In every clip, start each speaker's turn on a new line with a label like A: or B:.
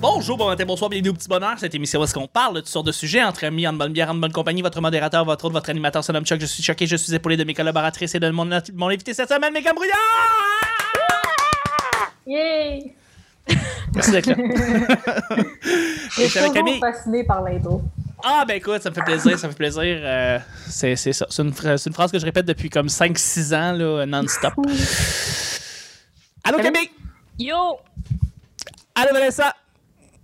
A: Bonjour, bon matin, bonsoir, bienvenue au petit bonheur. Cette émission où est-ce qu'on parle de toutes sortes de sujets entre amis, en bonne bière, en bonne compagnie. Votre modérateur, votre autre, votre animateur, son nom Chuck. Je suis choqué, je suis épaulé de mes collaboratrices et de mon, mon invité cette semaine, Megan Brouillard!
B: Yay!
A: Merci d'être là.
B: Je
A: Et
B: suis
A: c'est avec
B: toujours
A: Camille.
B: fascinée par l'intro.
A: Ah, ben écoute, ça me fait plaisir, ça me fait plaisir. Euh, c'est c'est ça. C'est une, fra- c'est une phrase que je répète depuis comme 5-6 ans, là, non-stop. Allô, Camille!
C: Yo!
A: Allô, Vanessa!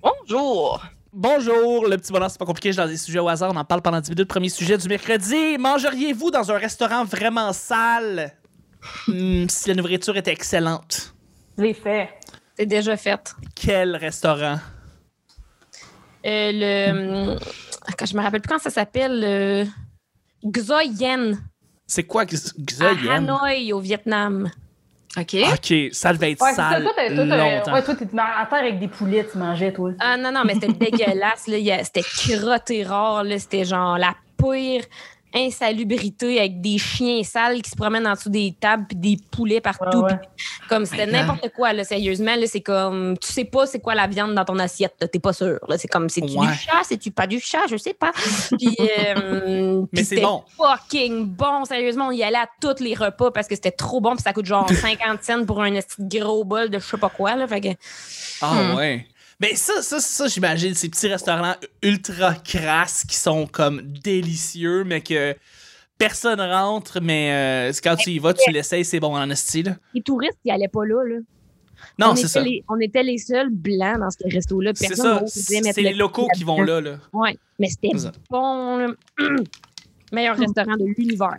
C: Bonjour!
A: Bonjour, le petit bonheur, c'est pas compliqué, je lance des sujets au hasard, on en parle pendant 10 minutes. Premier sujet du mercredi, mangeriez-vous dans un restaurant vraiment sale Hmm, si la nourriture était excellente?
B: Je l'ai fait.
C: C'est déjà fait.
A: Quel restaurant?
C: Euh, le. hum, Quand je me rappelle plus comment ça s'appelle. Le... Xoyen.
A: C'est quoi que
C: À
B: Ah,
C: Hanoï, au Vietnam.
D: OK.
A: Ok, ça devait être
B: Ouais, c'est ça.
A: sale
B: Toi, t'as- toi, t'as-
A: longtemps.
B: ouais, toi, t'es à terre avec des poulets, tu mangeais, toi.
C: Ah non, non, mais c'était dégueulasse. Là. Il y a- C'était crotté rare. Là. C'était genre la pire insalubrité avec des chiens sales qui se promènent en dessous des tables puis des poulets partout.
B: Ouais, ouais.
C: puis Comme c'était
D: My
C: n'importe quoi, là, sérieusement. Là, c'est comme, tu sais pas c'est quoi la viande dans ton assiette. là. T'es pas sûr. là. C'est comme, c'est-tu
A: Ouais.
C: du chat? C'est-tu pas du chat? Je sais pas. Puis, euh,
A: Mais
C: puis
A: c'est
C: c'était
A: bon.
C: fucking bon. Sérieusement, on y allait à tous les repas parce que c'était trop bon. Puis ça coûte genre 50 cents pour un esti de gros bol de je sais pas quoi. Là. Fait que,
A: Ah ouais. Mais ça, ça, ça j'imagine, ces petits restaurants ultra crasses qui sont comme délicieux, mais que personne rentre, mais euh, c'est quand tu y vas, tu l'essayes, c'est bon en esti, là.
C: les touristes, ils allaient pas là. là.
A: Non,
C: on,
A: c'est
C: était
A: ça.
C: les, on était les seuls blancs dans ce resto-là.
A: C'est
C: Personne
A: ça.
C: n'osait mettre
A: C'est
C: le
A: les locaux
C: pied
A: qui vont là, là.
C: là-dedans. Ouais, mais c'était
A: C'est ça.
C: bon. là. Meilleur restaurant de l'univers.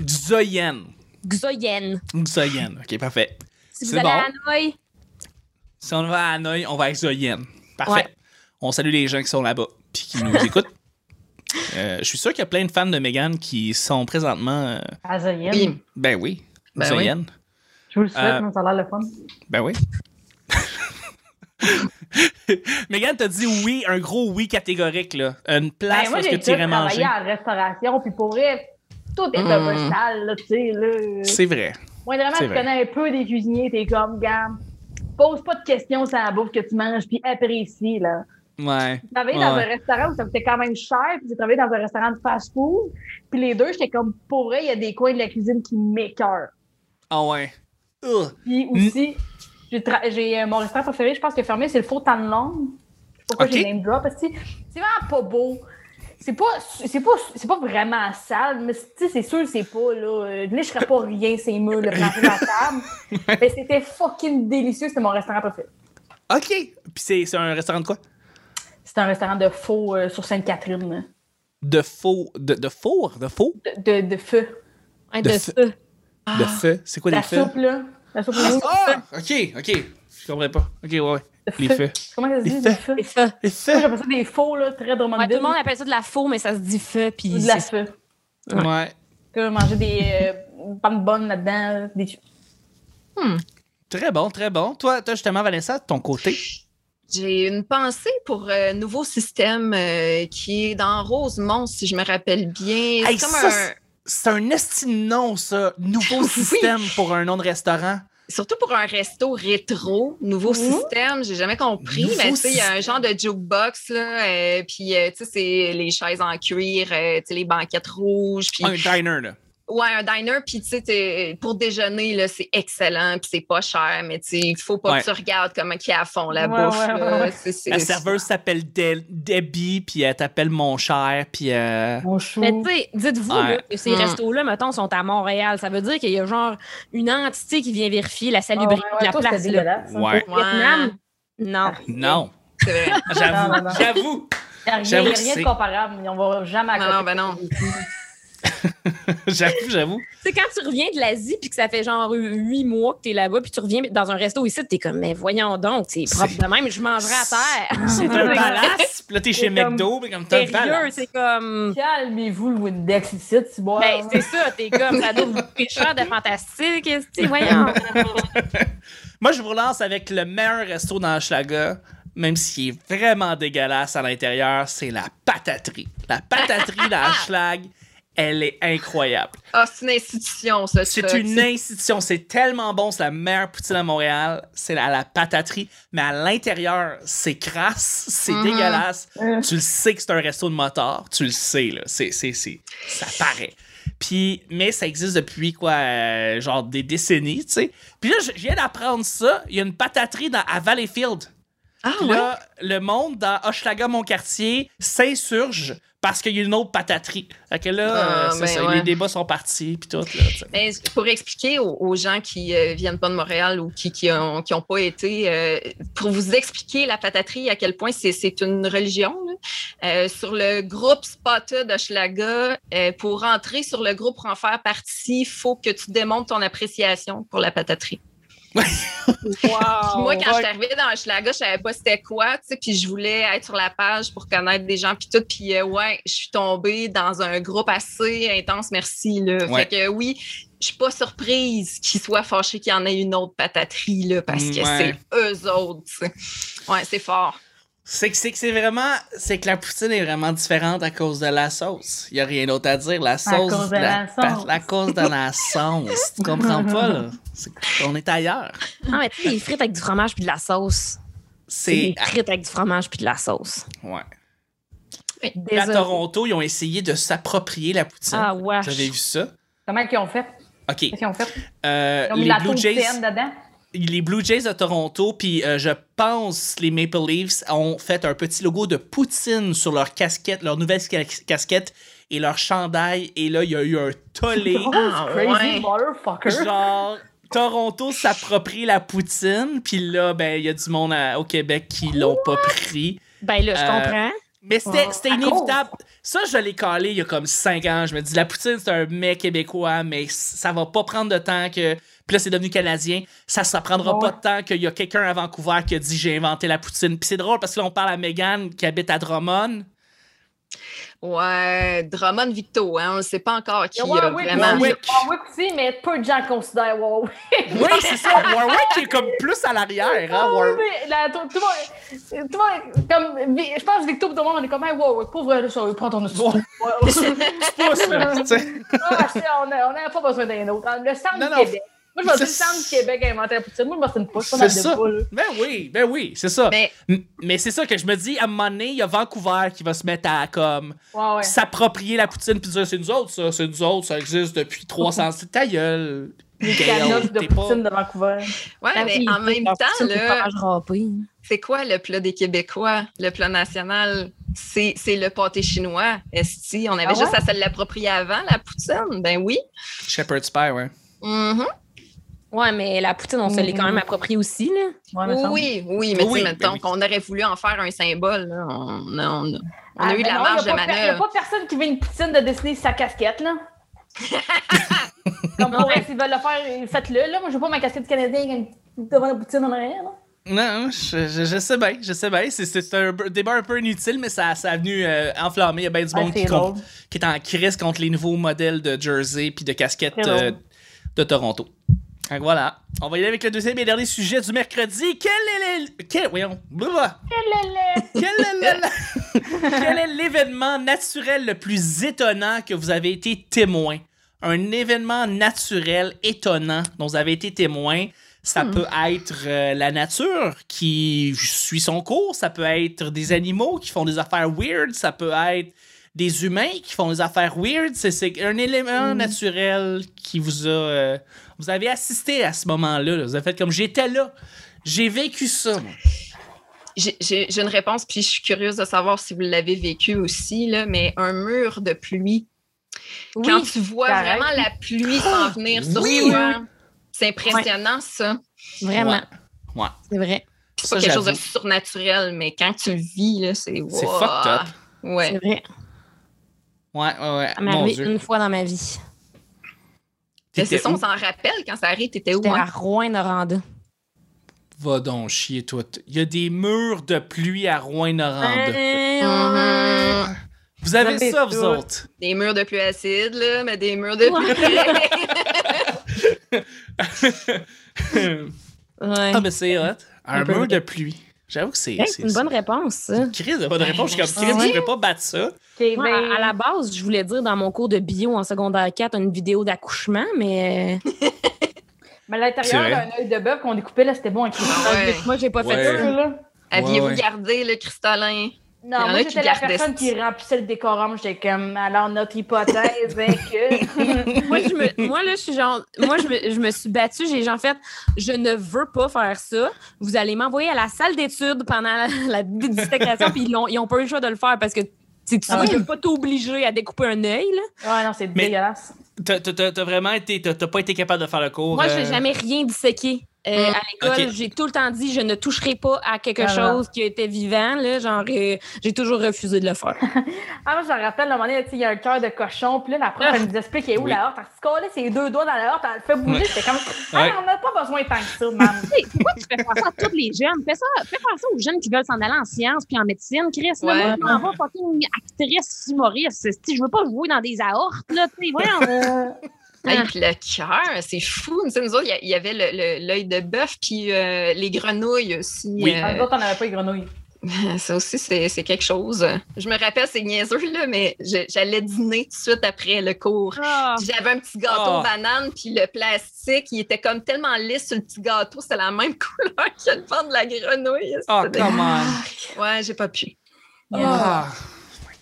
A: Xoyen.
C: Xoyen.
A: Xoyen. OK, parfait.
C: Si vous
A: C'est
C: allez à
A: bon.
C: Hanoï,
A: Si on va à Hanoï, on va à Xoyen. Parfait.
C: Ouais.
A: On salue les gens qui sont là-bas puis qui nous écoutent. Euh, je suis sûr qu'il y a plein de fans de Megan qui sont présentement. euh,
B: À Zoyenne.
D: Oui.
A: ben oui,
D: Ben oui.
A: Xoyen.
B: Je vous le souhaite,
A: Euh,
B: mais ça a l'air le fun.
A: Ben oui. Megan t'a dit oui, un gros oui catégorique, là. Une place
B: Ben,
A: où
B: moi,
A: est-ce
B: j'ai
A: que tu
B: déjà
A: irais manger.
B: travaillé en restauration, puis pour vrai, tout est un peu
D: Mm.
B: sale, là, tu sais, là.
A: C'est vrai.
B: Moi, vraiment,
A: c'est
B: tu
A: vrai.
B: connais un peu des cuisiniers, t'es comme, gamme. Pose pas de questions sur la bouffe que tu manges, puis apprécie, là.
A: Ouais.
B: travaillé dans
A: Ouais.
B: un restaurant où ça coûtait quand même cher, puis j'ai travaillé dans un restaurant de fast-food. Puis les deux, j'étais comme, pour vrai, il y a des coins de la cuisine qui m'écœurent.
A: Ah ouais. Ugh.
B: Puis aussi, j'ai tra- j'ai euh, mon restaurant préféré, je pense que fermé, c'est le Faux Tan Long. Je sais pas pourquoi
A: Ok.
B: j'ai le name drop, parce que c'est c'est vraiment pas beau. C'est pas, c'est pas, c'est pas vraiment sale, mais c'est- tu sais, c'est sûr, c'est pas, là. euh, Je ne pas rien, ces murs, le plancher de la table. Mais c'était fucking délicieux, c'était mon restaurant préféré.
A: OK. Puis c'est c'est un restaurant de quoi?
B: C'était un restaurant de faux euh, sur Sainte-Catherine, là.
A: De faux. De, de four? De faux?
B: de, de, de feu.
C: un
A: De
C: de,
A: feu.
C: ça.
A: De feu? C'est quoi
B: Ah. La
A: les feux?
B: soupe, là. La soupe aux oignons.
A: Ah! OK, OK. Je comprenais pas. OK, ouais, ouais. Les feux.
B: Comment ça se
A: Les
B: dit?
A: feux.
B: Des feux.
C: Des feux.
A: Les
B: Moi,
A: feux?
B: j'appelle ça des faux, là, très
C: Ouais, tout
B: Drummondville.
C: le monde appelle ça de la faux, mais ça se dit feu. Puis
B: Ou de la
C: c'est-
B: feu.
A: Ouais.
B: Tu peux manger des euh, pommes bonnes là-dedans. Des...
A: Très bon, très bon. Toi, toi justement, Vanessa, de ton côté.
D: J'ai une pensée pour un nouveau système euh, qui est dans Rosemont, si je me rappelle bien.
A: Hey,
D: c'est comme
A: ça,
D: un...
A: C'est un estime nom, ça. Nouveau
D: Oui.
A: système pour un nom de restaurant.
D: Surtout pour un resto rétro, nouveau
B: Ouh.
D: système, j'ai jamais compris,
A: Mhm. Nouveau
D: mais tu sais, il y a un genre
A: système.
D: de jukebox, là, euh, puis euh, tu sais, c'est les chaises en cuir, euh, tu sais, les banquettes rouges, puis
A: Un diner, là.
D: ouais, un diner, puis tu sais, t'es- pour déjeuner, là, c'est excellent, puis c'est pas cher, mais tu sais, il faut pas
A: Ouais.
D: que tu regardes comment qu'ils la font, la
B: Ouais,
D: bouffe,
B: ouais,
D: là.
B: ouais, ouais.
D: C'est- c'est-
A: La serveuse s'appelle De- Debbie, puis elle t'appelle mon cher, puis euh,
B: Mon chou.
C: Mais tu sais, dites-vous
A: Ouais.
C: là, que ces
D: Mm.
C: restos-là, mettons, sont à Montréal. Ça veut dire qu'il y a genre une entité qui vient vérifier la
B: Ah ouais,
C: salubrité
B: ouais,
C: de la
B: toi,
C: place.
B: c'était
C: Là.
B: dégueulasse, hein.
A: Ouais.
C: Au Vietnam, non.
A: non,
D: c'est vrai.
A: j'avoue,
B: Non, non, non.
A: j'avoue.
B: Il n'y a rien,
A: J'avoue
B: y a
A: que
B: rien
A: c'est-
B: de comparable. On va jamais à
D: Non,
B: côté.
D: non, ben non.
A: J'avoue, j'avoue.
C: Tu sais, quand tu reviens de l'Asie puis que ça fait genre huit mois que t'es là-bas puis tu reviens dans un resto ici, t'es comme, mais voyons donc, c'est propre de même, je mangerai à terre.
A: C'est un palace, puis là, t'es chez
B: C'est comme
A: McDo, puis comme t'as le
C: Sérieux,
A: palace.
C: c'est comme.
B: Calmez-vous, le Windex, ici, tu bois.
C: Ben, c'est ça, t'es comme, ça doit vous pécheur de fantastique, tu voyons.
A: Moi, je vous lance avec le meilleur resto dans Hochelaga, même s'il est vraiment dégueulasse à l'intérieur, c'est la pataterie. La pataterie d'Hochelag Elle est incroyable.
D: Ah, c'est une institution, ça.
A: C'est
D: ça.
A: une institution, c'est tellement bon, c'est la meilleure poutine à Montréal, c'est à la pataterie, mais à l'intérieur, c'est crasse, c'est
D: Mhm.
A: dégueulasse.
B: Mhm.
A: Tu le sais que c'est un resto de motard, tu le sais, là, c'est, c'est, c'est, ça paraît. Puis, mais ça existe depuis quoi, euh, genre des décennies, tu sais. Puis là, je je viens d'apprendre ça, il y a une pataterie dans, à Valleyfield.
D: Ah,
A: Puis
D: ouais.
A: là, le monde dans Hochelaga, mon quartier, s'insurge parce qu'il y a une autre pataterie. Fait que là,
D: Ah,
A: euh, c'est
D: ben
A: ça,
D: ouais.
A: les débats sont partis, puis tout, là, tu sais.
D: Mais pour expliquer aux, aux gens qui euh, viennent pas de Montréal ou qui qui ont, qui ont pas été, euh, pour vous expliquer la pataterie à quel point c'est c'est une religion. là. Euh, sur le groupe Spotted d'Hochelaga, euh, pour rentrer sur le groupe pour en faire partie, il faut que tu démontres ton appréciation pour la pataterie.
C: Ah
D: Puis moi, quand je suis arrivée dans Hochelaga, je savais pas c'était quoi, tu sais, puis je voulais être sur la page pour connaître des gens, puis tout, puis euh, ouais, je suis tombée dans un groupe assez intense, merci, là.
A: Ouais.
D: Fait que oui, je suis pas surprise qu'ils soient fâchés qu'il y en ait une autre pataterie, là, parce que
A: Ouais.
D: c'est eux autres, tu sais. Ouais, c'est fort.
A: C'est que c'est que c'est vraiment c'est que la poutine est vraiment différente à cause de la sauce. Il y a rien d'autre à dire, la sauce
B: cause de la
A: pa-
B: sauce.
A: la cause de la sauce. tu comprends pas là C'est que on est ailleurs.
C: Non, mais tu sais, les frites avec du fromage puis de la sauce. C'est
A: C'est ah,
C: des frites avec du fromage puis de la sauce.
A: ouais. Puis À
B: Désolé.
A: Toronto, ils ont essayé de s'approprier la poutine.
C: Ah, ouais.
A: J'avais vu ça.
B: Comment qu'ils ont fait?
A: OK.
B: Qu'est-ce qu'ils ont fait?
A: Euh,
B: Ils ont mis
A: les
B: la
A: Blue
B: tour
A: Jays
B: dedans?
A: les Blue Jays de Toronto, puis euh, je pense les Maple Leafs ont fait un petit logo de Poutine sur leur casquette, leur nouvelle ca- casquette et leur chandail. Et là, il y a eu un tollé.
B: Oh,
D: Ah,
B: c'est crazy
D: ouais.
B: motherfucker.
A: genre, Toronto s'approprie la Poutine, puis là, ben, il y a du monde à- au Québec qui l'ont pas pris.
C: Ben là, je
A: Euh,
C: comprends.
A: Mais c'était c'était
B: Ah. à
A: inévitable. Ça, je l'ai calé il y a comme cinq ans. Je me dis, la poutine, c'est un mec québécois, mais ça va pas prendre de temps que. Puis là, c'est devenu canadien. Ça, ça prendra
B: Ouais.
A: pas de temps qu'il y a quelqu'un à Vancouver qui a dit j'ai inventé la poutine. Puis c'est drôle parce que là, on parle à Megan qui habite à Drummond.
D: Ouais, Drummond Victo, hein, on ne sait pas encore qui,
B: Il y a Warwick,
D: euh, vraiment.
A: Warwick.
B: Warwick aussi, mais peu de gens considèrent Warwick.
A: Oui, c'est ça. Warwick qui est comme plus à l'arrière. Hein,
B: Ah, oui,
A: Warwick.
B: mais la- tout, tout le monde, tout le monde, comme, vi- je pense, Victor, tout le monde, on est comme, hey, Warwick, pauvre, là, ça, prends ton auto.
A: Ouais. Tu pousses, là, tu sais.
B: Ah, c'est- on n'avait pas besoin d'un autre. Ah, Le centre
A: Non,
B: du
A: non.
B: Québec. Moi, je me dis, le
A: C'est-
B: centre du Québec a inventé la poutine. Moi, je me suis une poche, pas
A: C'est
B: mal
A: ça.
B: de bois, là.
A: Ben oui, ben oui, c'est ça.
D: Mais-
A: M- mais c'est ça que je me dis, à un moment donné, il y a Vancouver qui va se mettre à comme.
B: Ouais, ouais.
A: s'approprier la poutine puis dire c'est nous autres ça, c'est nous autres, ça existe depuis 300 c'est ta gueule.
B: Les
A: Gail,
B: canopes de
A: t'es pas-
B: poutine de Vancouver.
D: Ouais,
C: Ah oui,
D: mais en même
C: leur
D: temps,
C: poutine puis le
D: là,
C: fromage râpé.
D: c'est quoi le plat des Québécois, le plat national? C'est c'est le pâté chinois. Esti, on avait
B: Ah ouais?
D: juste à se l'approprier avant, la poutine? Ben oui.
A: Shepherd's Pie, ouais.
B: Mm-hmm.
D: Mhm.
C: Ouais, mais la poutine, on se l'est quand même appropriée aussi, là.
B: Ouais, me semble.
D: Oui, oui, mais tu
A: Oui,
D: sais,
A: ben
D: mettons
A: oui.
D: qu'on aurait voulu en faire un symbole. là, On, on a- on a- on a
B: Ah,
D: eu
B: ben
D: la
B: non,
D: marge
B: y
D: de
B: a pas per- y a
D: manœuvre.
B: pas personne qui veut une poutine de dessiner sa casquette, là. Comme pour vrai, s'ils veulent le faire, faites-le, là. Moi, je veux pas ma casquette canadienne avec une- devant la poutine en arrière, là.
A: Non, je, je- je sais bien, je sais bien. C'est- C'est un b- débat un peu inutile, mais ça, ça a venu euh, enflammer. Il y a bien du
B: Ah,
A: monde qui,
B: c'est
A: con-
B: drôle.
A: qui est en crise contre les nouveaux modèles de jersey puis de casquettes
B: C'est drôle.
A: euh, de Toronto. Donc voilà, on va y aller avec le deuxième et dernier sujet du mercredi. Quel est le... Quel... voyons, blablabla. Quel est le- Quel est l'événement naturel le plus étonnant que vous avez été témoin? Un événement naturel étonnant dont vous avez été témoin. Ça peut être euh, la nature qui suit son cours, ça peut être des animaux qui font des affaires weird, ça peut être des humains qui font des affaires weird. C'est- C'est un élément naturel qui vous a. euh, vous avez assisté à ce moment-là. là. Vous avez fait comme j'étais là. J'ai vécu ça. moi.
D: J'ai- J'ai j'ai une réponse, puis je suis curieuse de savoir si vous l'avez vécu aussi, là, mais un mur de pluie.
C: Oui.
D: Quand tu vois
B: pareil.
D: vraiment la pluie s'en venir sur
A: Oui.
D: toi, c'est impressionnant, ça.
C: Vraiment.
A: Ouais. Ouais.
C: C'est vrai.
D: C'est
A: Ça,
D: pas quelque chose de
A: j'avoue.
D: surnaturel, mais quand tu le vis, là, c'est wow.
A: C'est fucked up.
D: Ouais.
C: C'est vrai.
A: Ouais, ouais, ouais.
C: Ça m'est
A: Mon
C: arrivé
A: Dieu.
C: Ah, une fois dans ma vie.
D: Mais
A: T'étais
D: C'est ça, on
A: où?
D: s'en rappelle quand ça arrive, t'étais où?
C: C'était à
D: hein?
C: Rouen-Noranda.
A: Va donc chier, toi. Il y a des murs de pluie à Rouen-Noranda.
D: Mhm.
A: vous avez
B: avez
A: ça, vous
B: tout.
A: autres?
D: Des murs de pluie acide, là, mais des murs de
C: Ouais.
D: pluie.
A: ah, mais c'est hot. Un,
C: Un peu.
A: mur de pluie. J'avoue que c'est.
C: Hey,
A: c'est
C: c'est une bonne Ah réponse, ça.
A: Chris, de bonne réponse. Je suis comme,
B: merci.
A: Chris, je vais pas battre ça.
B: Ok,
C: Moi,
B: ben,
C: à, à la base, je voulais dire dans mon cours de bio en secondaire 4 une vidéo d'accouchement, mais euh,
B: mais à
A: C'est vrai.
B: l'intérieur, d'un œil de bœuf qu'on découpait, là, c'était bon avec les
D: Ah ouais.
C: moi, j'ai pas
A: Ouais.
C: fait ça.
B: cheveux, là.
D: Aviez-vous
A: ouais.
D: gardé le cristallin? Il y
B: Non,
D: en
B: moi,
D: a qui
B: j'étais la
D: gardent
B: personne
D: ça.
B: qui remplissait le décorum. J'étais comme, alors, notre hypothèse est que...
C: moi, je me, moi, là, je suis genre, moi, je me, je me suis battue. J'ai genre fait, je ne veux pas faire ça. Vous allez m'envoyer à la salle d'études pendant la, la dissécation, puis ils n'ont ils ont pas eu le choix de le faire parce que tu sais, tu
B: Ah
C: vois
B: ouais.
C: qu'ils ne pas t'obliger à découper un œil. là.
B: Ouais, non, c'est
A: Mais-
B: dégueulasse.
A: T'as- T'as t'as- t'as vraiment été. T'as t'as pas été capable de faire le cours.
C: Moi, je
A: euh, Hmm.
C: n'ai jamais rien disséqué. euh,
D: Mm.
C: à l'école,
A: Ok.
C: j'ai tout le temps dit je ne toucherai pas à quelque
B: Ah.
C: chose qui était vivant. Là, genre, euh, j'ai toujours refusé de le faire.
B: Ah, moi, je me rappelle, à un moment donné, tu sais, il y a un cœur de cochon, puis là, la prof,
D: Ah.
B: elle nous explique elle est où
A: Oui.
B: la horte. Elle se collait ses deux doigts dans la horte, elle le fait bouger.
A: Ouais.
B: J'étais comme, ah,
A: Ouais.
B: on n'a pas besoin tant que ça, maman.
C: Hey, Pourquoi tu fais faire ça à tous les jeunes? Fais, ça, fais faire ça aux jeunes qui veulent s'en aller en sciences puis en médecine, Chris. Là,
D: Ouais.
C: moi, je m'en vais fucking actrice humoriste. Si je veux pas jouer dans des aortes, là, tu sais, voyons.
D: Et puis le cœur, c'est fou. Nous, nous autres, il y a- il y avait le- le- l'œil de bœuf, puis euh, les grenouilles aussi.
A: Oui.
D: euh,
B: Nous autres, on n'avait pas les grenouilles.
D: Ça aussi, c'est c'est quelque chose. Je me rappelle, c'est niaiseux, là, mais je- j'allais dîner tout de suite après le cours.
C: Ah.
D: Puis J'avais un petit gâteau
A: Ah.
D: banane, puis le plastique, il était comme tellement lisse sur le petit gâteau, c'était la même couleur que le fond de la grenouille.
A: Ah,
D: C'était-
A: come on.
D: ouais, j'ai pas pu.
A: Ah.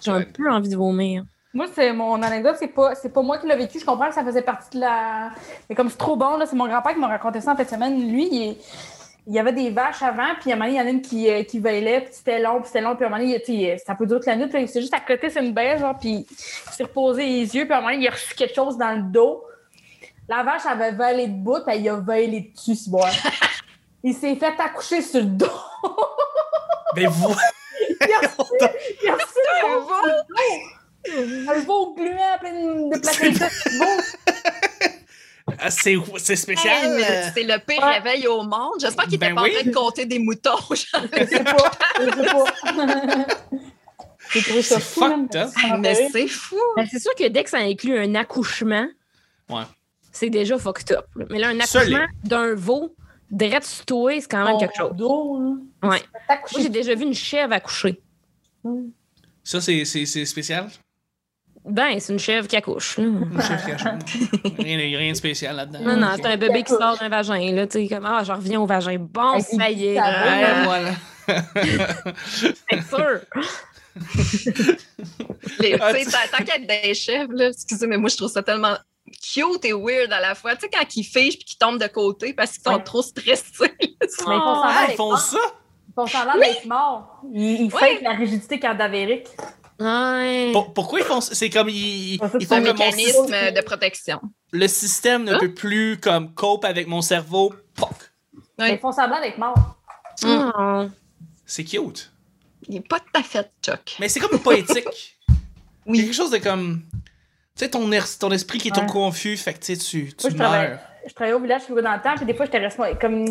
C: J'ai un peu envie de vomir.
B: Moi, c'est mon anecdote, c'est pas, c'est pas moi qui l'ai vécu. Je comprends que ça faisait partie de la. Mais comme c'est trop bon, là, c'est mon grand-père qui m'a raconté ça en fin de semaine. Lui, il, est- il y avait des vaches avant, puis à un moment donné, il y en a une qui, euh, qui veillait, puis c'était long, puis c'était long, puis à un moment donné, il- tu sais, euh, ça peut durer toute la nuit, puis là, il s'est juste à côté, c'est une baisse, genre, puis il s'est reposé les yeux, puis à un moment donné, il a reçu quelque chose dans le dos. La vache avait veillé debout, puis il a veillé dessus, si bon. Il s'est fait accoucher sur le dos.
A: Mais vous.
B: Il a reçu le veau sur le dos. Un veau gluant plein de de placenta. Veau
A: Ah, C'est c'est spécial.
D: Hey, mais
A: euh,
D: C'est le pire
B: Ouais.
D: réveil au monde. J'espère qu'il
A: Ben
D: était pas
A: oui.
D: en train de compter des moutons. genre.
B: Je sais pas. Je sais pas. J'ai trouvé ça
A: C'est
B: fou,
A: fucked hein.
B: même.
A: up.
B: Ça m'a
D: mais
B: fait rire.
D: c'est fou.
C: Ben, c'est sûr que dès que ça inclut un accouchement,
A: Ouais.
C: c'est déjà fucked up. là. Mais là, un
A: Ça l'est.
C: accouchement d'un veau, direct sur toi, c'est quand même quelque
B: Ton
C: chose.
B: dos, hein. là.
C: Ouais.
B: Tu vas t'accoucher.
C: Moi, j'ai déjà vu une chèvre accoucher.
A: Ça, c'est c'est- c'est spécial.
C: Ben, c'est une chèvre qui accouche. là.
A: Une chef qui achète. rien, de- rien de spécial là-dedans.
C: Non, non,
A: Mm. Ok.
C: c'est un bébé qui sort d'un vagin, là, tu sais, comme, ah, je reviens au vagin. Bon,
B: Hey,
C: ça y est,
B: ça
A: Ah, Ouais,
B: va,
A: voilà.
C: c'est sûr.
D: Les-
A: Ah,
D: tu sais, tant- Tant qu'à être des chefs, là, excusez, mais moi, je trouve ça tellement cute et weird à la fois. Tu sais, quand ils figent puis qu'ils tombent de côté parce qu'ils sont
B: Ouais.
D: trop stressés.
B: Mais ils font
C: Oh,
A: Ah,
B: semblant
A: ils
B: d'être
A: font
B: morts.
A: ça?
B: Ils font semblant d'être morts. Ils, ils
D: Oui.
B: fêtent la rigidité cadavérique.
C: Ouais.
A: Pour- pourquoi ils font ça? C'est comme ils, ils
B: Parce que
A: ils
B: c'est
D: C'est
A: font
D: un
A: comme mon
D: mécanisme
A: sys-
D: de protection.
A: le système ne
D: Hein?
A: peut plus comme cope avec mon cerveau. Poc.
D: Oui.
B: Mais Ils Ben, font semblant d'être morts.
C: Oh.
A: C'est cute.
D: Il n'est pas tout à fait choc.
A: Mais c'est comme poétique.
D: Oui.
A: Quelque chose de comme. Tu sais, ton, es- ton esprit qui est
B: Ouais.
A: trop confus, fait que tu sais, tu, tu
B: Moi, je travaille-
A: meurs.
B: Je travaillais au village je jouais dans le temps, puis des fois, j'étais responsable. Comme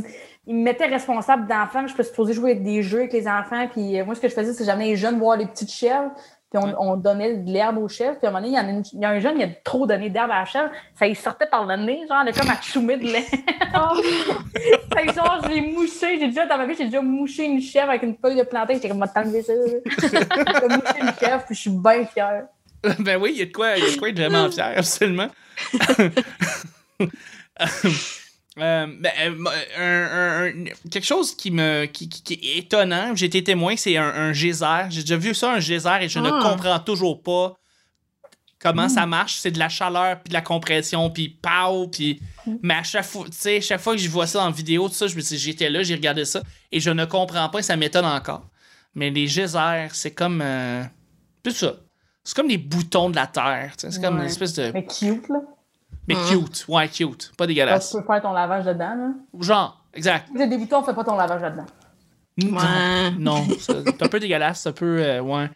B: ils me mettaient responsable d'enfants, puis je suis supposée jouer avec des jeux avec les enfants. Puis euh, moi, ce que je faisais, c'est que j'amenais les jeunes voir les petites chèvres, puis on,
A: Ouais.
B: on donnait de l'herbe aux chèvres. Puis à un moment donné, il y, en a une- il y a un jeune, il a trop donné d'herbe à la chèvre, ça y sortait par le nez, genre, elle a comme à choumer de l'herbe. fait que genre, je l'ai mouché. J'ai déjà, dans ma vie, j'ai déjà mouché une chèvre avec une feuille de plantain. J'étais comme, t'enlever ça. là. j'ai mouché une chèvre, puis je suis bien fière.
A: ben oui, il y a de quoi, il y a de quoi être vraiment fier, absolument. Euh, ben, euh, un- un- un- quelque chose qui me qui, qui- qui est étonnant, j'ai été témoin, c'est un, un geyser. J'ai déjà vu ça, un geyser, et je ne
C: Ah.
A: comprends toujours pas comment ça marche. C'est de la chaleur, puis de la compression, puis pow, puis... Mais à chaque fois, tu sais, chaque fois que je vois ça en vidéo, tout ça, je me dis, j'étais là, j'ai regardé ça, et je ne comprends pas, et ça m'étonne encore. Mais les geysers, c'est comme... euh, tout ça. C'est comme des boutons de la terre. tu sais. C'est comme
B: Ouais.
A: une espèce de.
B: Mais cute, là.
A: Mais
D: Ouais.
A: cute. Ouais, cute. Pas
B: Là,
A: dégueulasse.
B: tu peux faire ton lavage dedans, là.
A: Genre, exact.
B: J'ai des boutons, fais pas ton lavage dedans.
D: Ouais.
A: Mm, Non, non, ça- c'est un peu dégueulasse. C'est un peu. euh, ouais.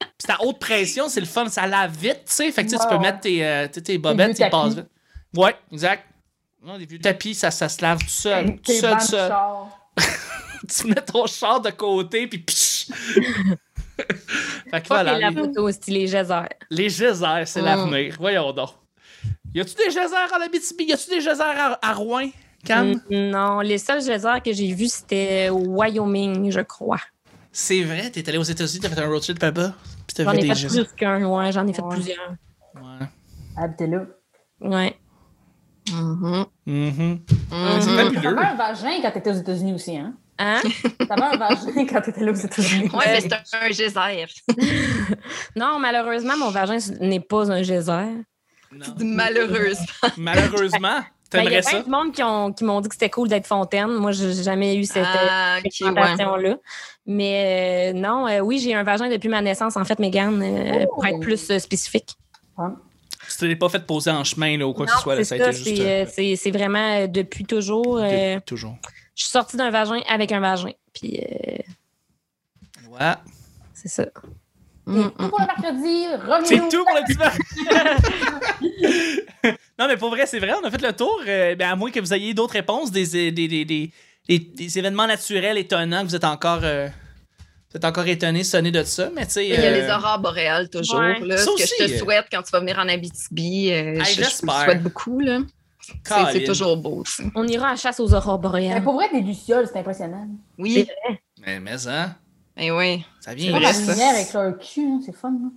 A: Puis c'est à haute pression, c'est le fun. Ça lave vite, tu sais. Fait que tu sais, tu
B: Ouais,
A: peux
B: ouais.
A: mettre tes, euh, tes- tes
B: vieux
A: bobettes, tes
B: tapis.
A: passes vite. Ouais, exact. Non, des vieux tapis, ça, ça se lave tout seul. Tout
B: Tes
A: seul,
B: bancs
A: tout
B: de
A: seul.
B: char.
A: Tu mets ton char de côté, puis psh! Fait que
C: Fuck
A: voilà.
C: les
A: les-
C: lapotos, aussi, les geysers.
A: Les geysers, c'est
D: Mm.
A: l'avenir. Voyons donc. Y a-tu des geysers en Abitibi? Y a-tu des geysers à, à Rouen?
B: Mm.
A: Cam?
C: Mm, Non, les seuls geysers que j'ai vus, c'était au Wyoming, je crois.
A: C'est vrai, t'es allé aux États-Unis, t'as fait un road trip là-bas, puis t'as
C: J'en
A: vu
C: ai
A: des
C: fait
A: geysers.
C: plus qu'un, ouais, j'en ai fait
B: Ouais.
C: plusieurs.
A: Ouais.
B: Abdella.
C: Ouais.
D: Mhm,
A: Mhm.
D: mhm.
A: C'est fabuleux.
B: T'avais un vagin quand t'étais aux États-Unis aussi, hein?
C: Hein?
B: T'avais un vagin quand t'étais là aux États-Unis.
D: Ouais, mais c'est un, un geyser.
C: Non, malheureusement, mon vagin n'est pas un geyser.
A: Non.
D: Malheureuse.
A: Malheureusement,
C: Ben, Il y
A: t'aimerais
C: a plein
A: ça?
C: de monde qui ont- qui m'ont dit que c'était cool d'être fontaine. Moi, j'ai jamais eu cette
D: Ah,
C: cette
D: ok, ouais.
C: sensation-là. Mais euh, non, euh, oui, j'ai un vagin depuis ma naissance, en fait, Mégane, euh,
B: Oh!
C: pour être plus euh, spécifique.
A: Tu t'es pas fait poser en chemin là, ou quoi que
C: Non,
A: ce soit, là,
C: c'est
A: ça a
C: ça,
A: été juste.
C: c'est,
A: euh,
C: euh, c'est- c'est vraiment euh, depuis toujours. euh,
A: de- Toujours.
C: je suis sortie d'un vagin avec un vagin. Puis euh,
A: Ouais.
C: c'est ça.
D: Mm,
B: C'est tout pour le mercredi.
A: C'est
B: Revenez-nous.
A: tout pour le petit verre. non, mais pour vrai, c'est vrai, on a fait le tour. Euh, ben, à moins que vous ayez d'autres réponses, des, des, des, des, des- des- des événements naturels étonnants que vous êtes encore, euh, vous êtes encore étonné, sonné de ça. Mais tu sais.
D: Il y a
A: euh,
D: les aurores boréales toujours.
C: Ouais.
D: Là,
A: Ça
D: ce que
A: aussi,
D: je te
A: euh,
D: souhaite quand tu vas venir en Abitibi, euh, je- je, te
A: j'espère.
D: le souhaite beaucoup. Là. C'est- C'est
A: Colin.
D: toujours beau. ça.
C: On ira en chasse aux aurores
B: Mais
C: boréales.
B: pour vrai, des lucioles, c'est impressionnant.
D: Oui,
A: Mais, mais hein,
D: eh oui.
A: ça
D: C'est
B: C'est
A: vient.
B: pas
D: vrai,
B: la
A: vite.
D: ça.
B: lumière avec leur cul, hein, c'est fun. hein.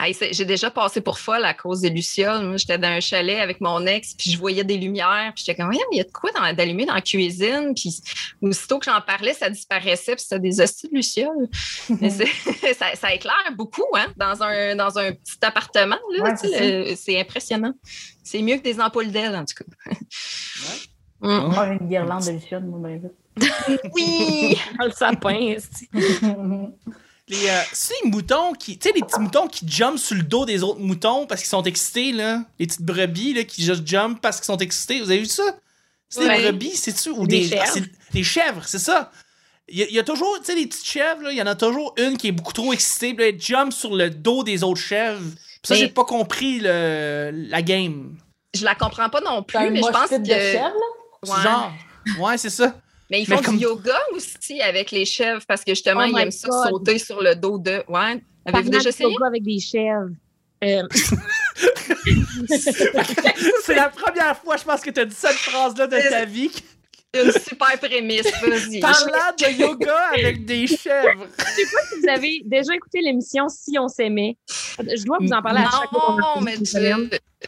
D: Hey, c'est- J'ai déjà passé pour folle à cause des lucioles. Moi, j'étais dans un chalet avec mon ex, puis je voyais des lumières, puis j'étais comme, Ouais, mais il y a de quoi dans- d'allumer dans la cuisine. Puis aussitôt que j'en parlais, ça disparaissait, puis c'était des hosties de lucioles. Mais c'est- ça, ça éclaire beaucoup, hein, dans un, dans un petit appartement. là,
B: Ouais,
D: tu sais,
B: c'est
D: le- C'est impressionnant. C'est mieux que des ampoules d'aile, en tout cas. Mm.
B: Moi, j'ai une guirlande de lucioles, moi, ben,
D: Oui!
C: Dans le sapin. esti.
B: là.
A: Les, euh, c'est les moutons qui. Tu sais, les petits moutons qui jumpent sur le dos des autres moutons parce qu'ils sont excités, là. Les petites brebis, là, qui juste jumpent parce qu'ils sont excités. Vous avez vu ça? C'est des
D: Ouais.
A: brebis, c'est-tu? Ou
C: Des
A: des,
C: chèvres.
A: ah, c'est- des chèvres, c'est ça. Il y, a- il y a toujours, tu sais, les petites chèvres, là, il y en a toujours une qui est beaucoup trop excitée, puis là, elle jump sur le dos des autres chèvres. Puis ça,
D: Mais-
A: j'ai pas compris le, la game.
D: Je la comprends pas non
B: T'as un
D: plus, mais je pense
B: moche de
D: que.
B: chèvre, là?
A: C'est
D: Ouais.
A: Genre, ouais, c'est ça.
D: Mais ils
A: Mais
D: font
A: comme-
D: du yoga aussi avec les chèvres parce que justement,
C: Oh
D: ils
C: my
D: aiment ça
C: God.
D: sauter sur le dos de. Ouais. Avez-vous
C: Parlant de
D: déjà essayé?
C: yoga avec des chèvres. Euh,
A: c'est la première fois, je pense, que t'as dit cette phrase-là de ta vie.
D: Une super prémisse. Vas-y.
A: Parlant de yoga avec des chèvres.
C: vous avez déjà écouté l'émission Si on s'aimait. Je dois vous en parler à chaque fois.
D: Non, mais tu.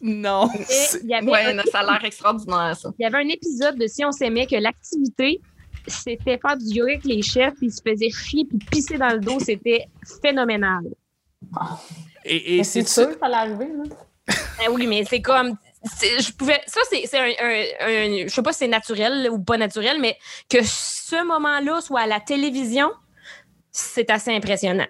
A: Non.
C: Et Il y avait
D: Ouais, non, ça a l'air extraordinaire, ça.
C: il y avait un épisode de Si on s'aimait que l'activité, c'était faire du yoga avec les chefs, puis ils se faisaient chier, puis pisser dans le dos. C'était phénoménal.
A: Et, et
B: Mais
A: c'est
B: C'est
A: ça.
B: sûr, ça allait arriver, là.
C: Ah oui, mais c'est comme. c'est- Je pouvais. Ça, c'est c'est un, un- un- Je sais pas si c'est naturel ou pas naturel, mais que ce moment-là soit à la télévision, c'est assez impressionnant.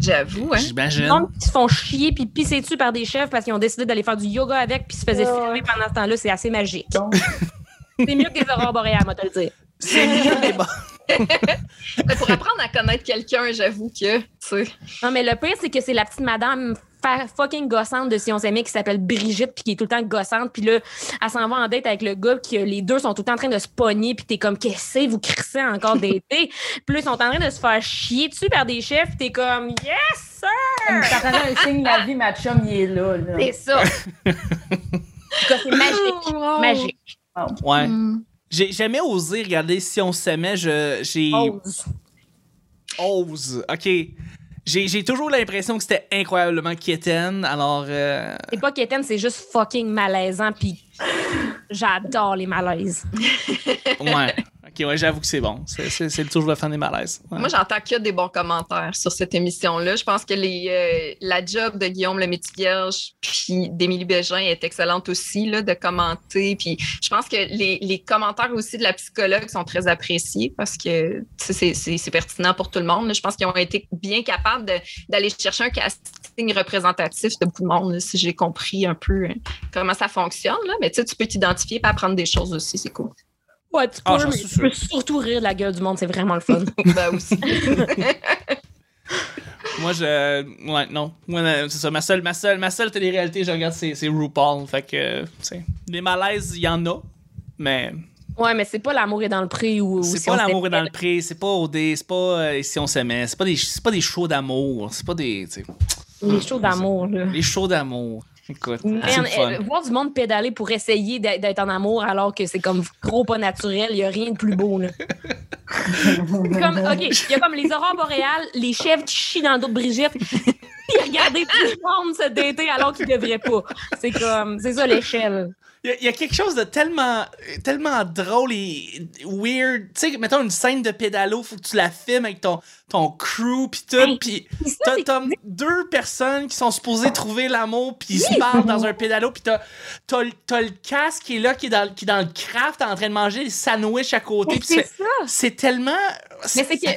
D: J'avoue, hein.
C: Les
A: J'imagine.
C: gens qui se font chier puis pisser dessus par des chefs parce qu'ils ont décidé d'aller faire du yoga avec puis se faisaient
B: Ouais.
C: filmer pendant ce temps-là, c'est assez magique.
B: Donc,
C: C'est mieux que les aurores boréales, moi, te le dire.
A: C'est mieux les bas.
D: Mais Pour apprendre à connaître quelqu'un, j'avoue que. Tu sais.
C: Non, mais le pire, c'est que c'est la petite madame fa- fucking gossante de Si on s'aimait qui s'appelle Brigitte puis qui est tout le temps gossante puis là elle s'en va en date avec le gars qui euh, les deux sont tout le temps en train de se pogner puis t'es comme qu'est-ce que vous crissez encore d'été puis là, ils sont en train de se faire chier dessus par des chefs puis t'es comme yes sir!
B: t'entendais un signe, la vie, ma chum, il est là, là.
C: c'est ça En tout cas, c'est magique
D: Oh,
C: magique
A: Ouais.
B: Hmm.
A: J'ai jamais osé regarder si on s'aimait. je- J'ai.
C: Ose.
A: Ose. Ok. J'ai j'ai toujours l'impression que c'était incroyablement quétaine. Alors. euh,
C: c'est pas quétaine c'est juste fucking malaisant puis j'adore les malaises
A: Ouais. Ok, ouais, j'avoue que c'est bon. C'est- C'est c'est le tour de la fin des malaises. Ouais.
D: Moi, j'entends que des bons commentaires sur cette émission-là. Je pense que les, euh, la job de Guillaume Le Métivierge puis d'Émilie Bégin est excellente aussi là, de commenter. Puis je pense que les, les commentaires aussi de la psychologue sont très appréciés parce que tu sais, c'est- c'est c'est pertinent pour tout le monde. là. Je pense qu'ils ont été bien capables de- d'aller chercher un casting représentatif de beaucoup de monde, là, si j'ai compris un peu hein, comment ça fonctionne. Là. Mais tu sais, tu peux t'identifier et apprendre des choses aussi, c'est cool.
C: ouais tu peux
A: Ah, j'en
C: mais
A: suis
C: tu peux surtout rire de la gueule du monde c'est vraiment le fun
D: Ben aussi.
A: Moi, je. Ouais, non. Moi, euh, c'est ça. Ma seule, ma seule, ma seule télé-réalité, je regarde, c'est c'est RuPaul. Fait que. euh, tu sais, Des malaises, il y en a. Mais.
C: Ouais, mais c'est pas l'amour est dans le prix ou. ou
A: C'est
C: si
A: pas
C: on
A: l'amour est dans
C: s'aimait.
A: le pré, c'est pas OD, c'est pas euh, si on s'aimait, c'est pas des c'est pas des shows d'amour, c'est pas des tu sais,
C: Les shows d'amour, là.
A: les shows d'amour. Écoute,
C: Man,
A: c'est le fun.
C: euh, voir du monde pédaler pour essayer d'être d'être en amour alors que c'est comme gros pas naturel, il n'y a rien de plus beau. Là. C'est comme, OK, il y a comme les aurores boréales, les chèvres qui chient dans le dos de Brigitte, puis regarder tout le monde se dater alors qu'ils ne devraient pas. C'est comme, c'est ça l'échelle.
A: Il y, a- il y a quelque chose de tellement, tellement drôle et weird. Tu sais, mettons une scène de pédalo, faut que tu la filmes avec ton, ton crew pis tout,
C: Hey,
A: pis
C: Puis ça,
A: t'as
C: c'est-
A: t'as deux personnes qui sont supposées trouver l'amour pis ils se parlent dans un pédalo pis t'as t'as le- t'as le casque qui est là, qui est dans, le- qui est dans le craft en train de manger des sandwichs à côté.
C: mais
A: pis
C: c'est
A: tu fais-
C: ça.
A: C'est tellement...
C: Mais c'est que.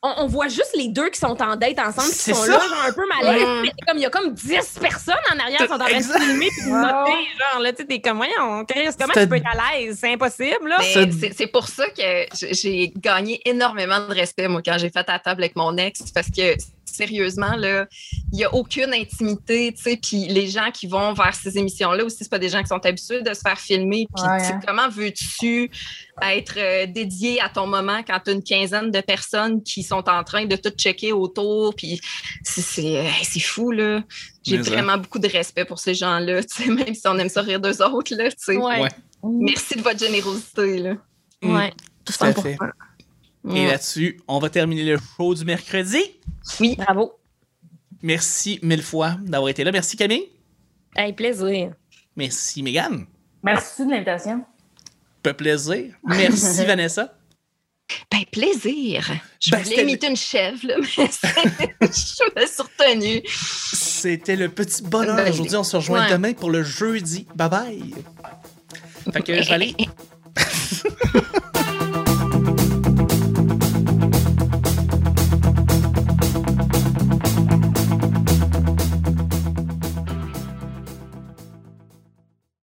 C: On, on voit juste les deux qui sont en date ensemble, qui
A: C'est
C: sont
A: ça.
C: là, genre un peu malaise.
D: Ouais.
C: mais c'est Comme, il y a comme 10 personnes en arrière qui sont en train de
A: Exact.
C: filmer puis de noter. Genre, là, tu sais, t'es comme, voyons, Chris, comment
A: C'est-
C: tu peux être à l'aise? C'est impossible, là.
D: Mais
A: Ça-
D: c'est- c'est pour ça que j- j'ai gagné énormément de respect, moi, quand j'ai fait à table avec mon ex, parce que sérieusement, là, il n'y a aucune intimité, tu sais, puis les gens qui vont vers ces émissions-là aussi, c'est pas des gens qui sont habitués de se faire filmer, puis
B: Ouais,
D: tu sais,
B: hein.
D: comment veux-tu être euh, dédié à ton moment quand tu as une quinzaine de personnes qui sont en train de tout checker autour, puis c'est- c'est euh, c'est fou, là. J'ai
A: Mais ça.
D: vraiment beaucoup de respect pour ces gens-là, tu sais, même si on aime ça rire d'eux autres, là, tu sais.
C: Ouais.
A: Ouais.
B: Mm.
D: Merci de votre générosité, là.
A: Mm,
C: Ouais.
A: Tout à fait. Et
D: Ouais.
A: là-dessus, on va terminer le show du mercredi.
D: Oui.
C: Bravo.
A: Merci mille fois d'avoir été là. Merci Camille.
C: Hey, plaisir.
A: Merci Mégane.
B: Merci de l'invitation.
A: Peu plaisir. Merci Vanessa.
D: Ben, plaisir. Je
A: Ben, c'était-
D: voulais imiter une chèvre, là, mais c'est- je me suis retenue.
A: C'était le petit bonheur.
D: Bonne idée.
A: Aujourd'hui, on se rejoint
D: Ouais.
A: demain pour le jeudi. Bye bye. Fait que je vais aller